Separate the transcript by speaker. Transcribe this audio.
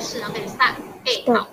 Speaker 1: 事，然后给你上给好。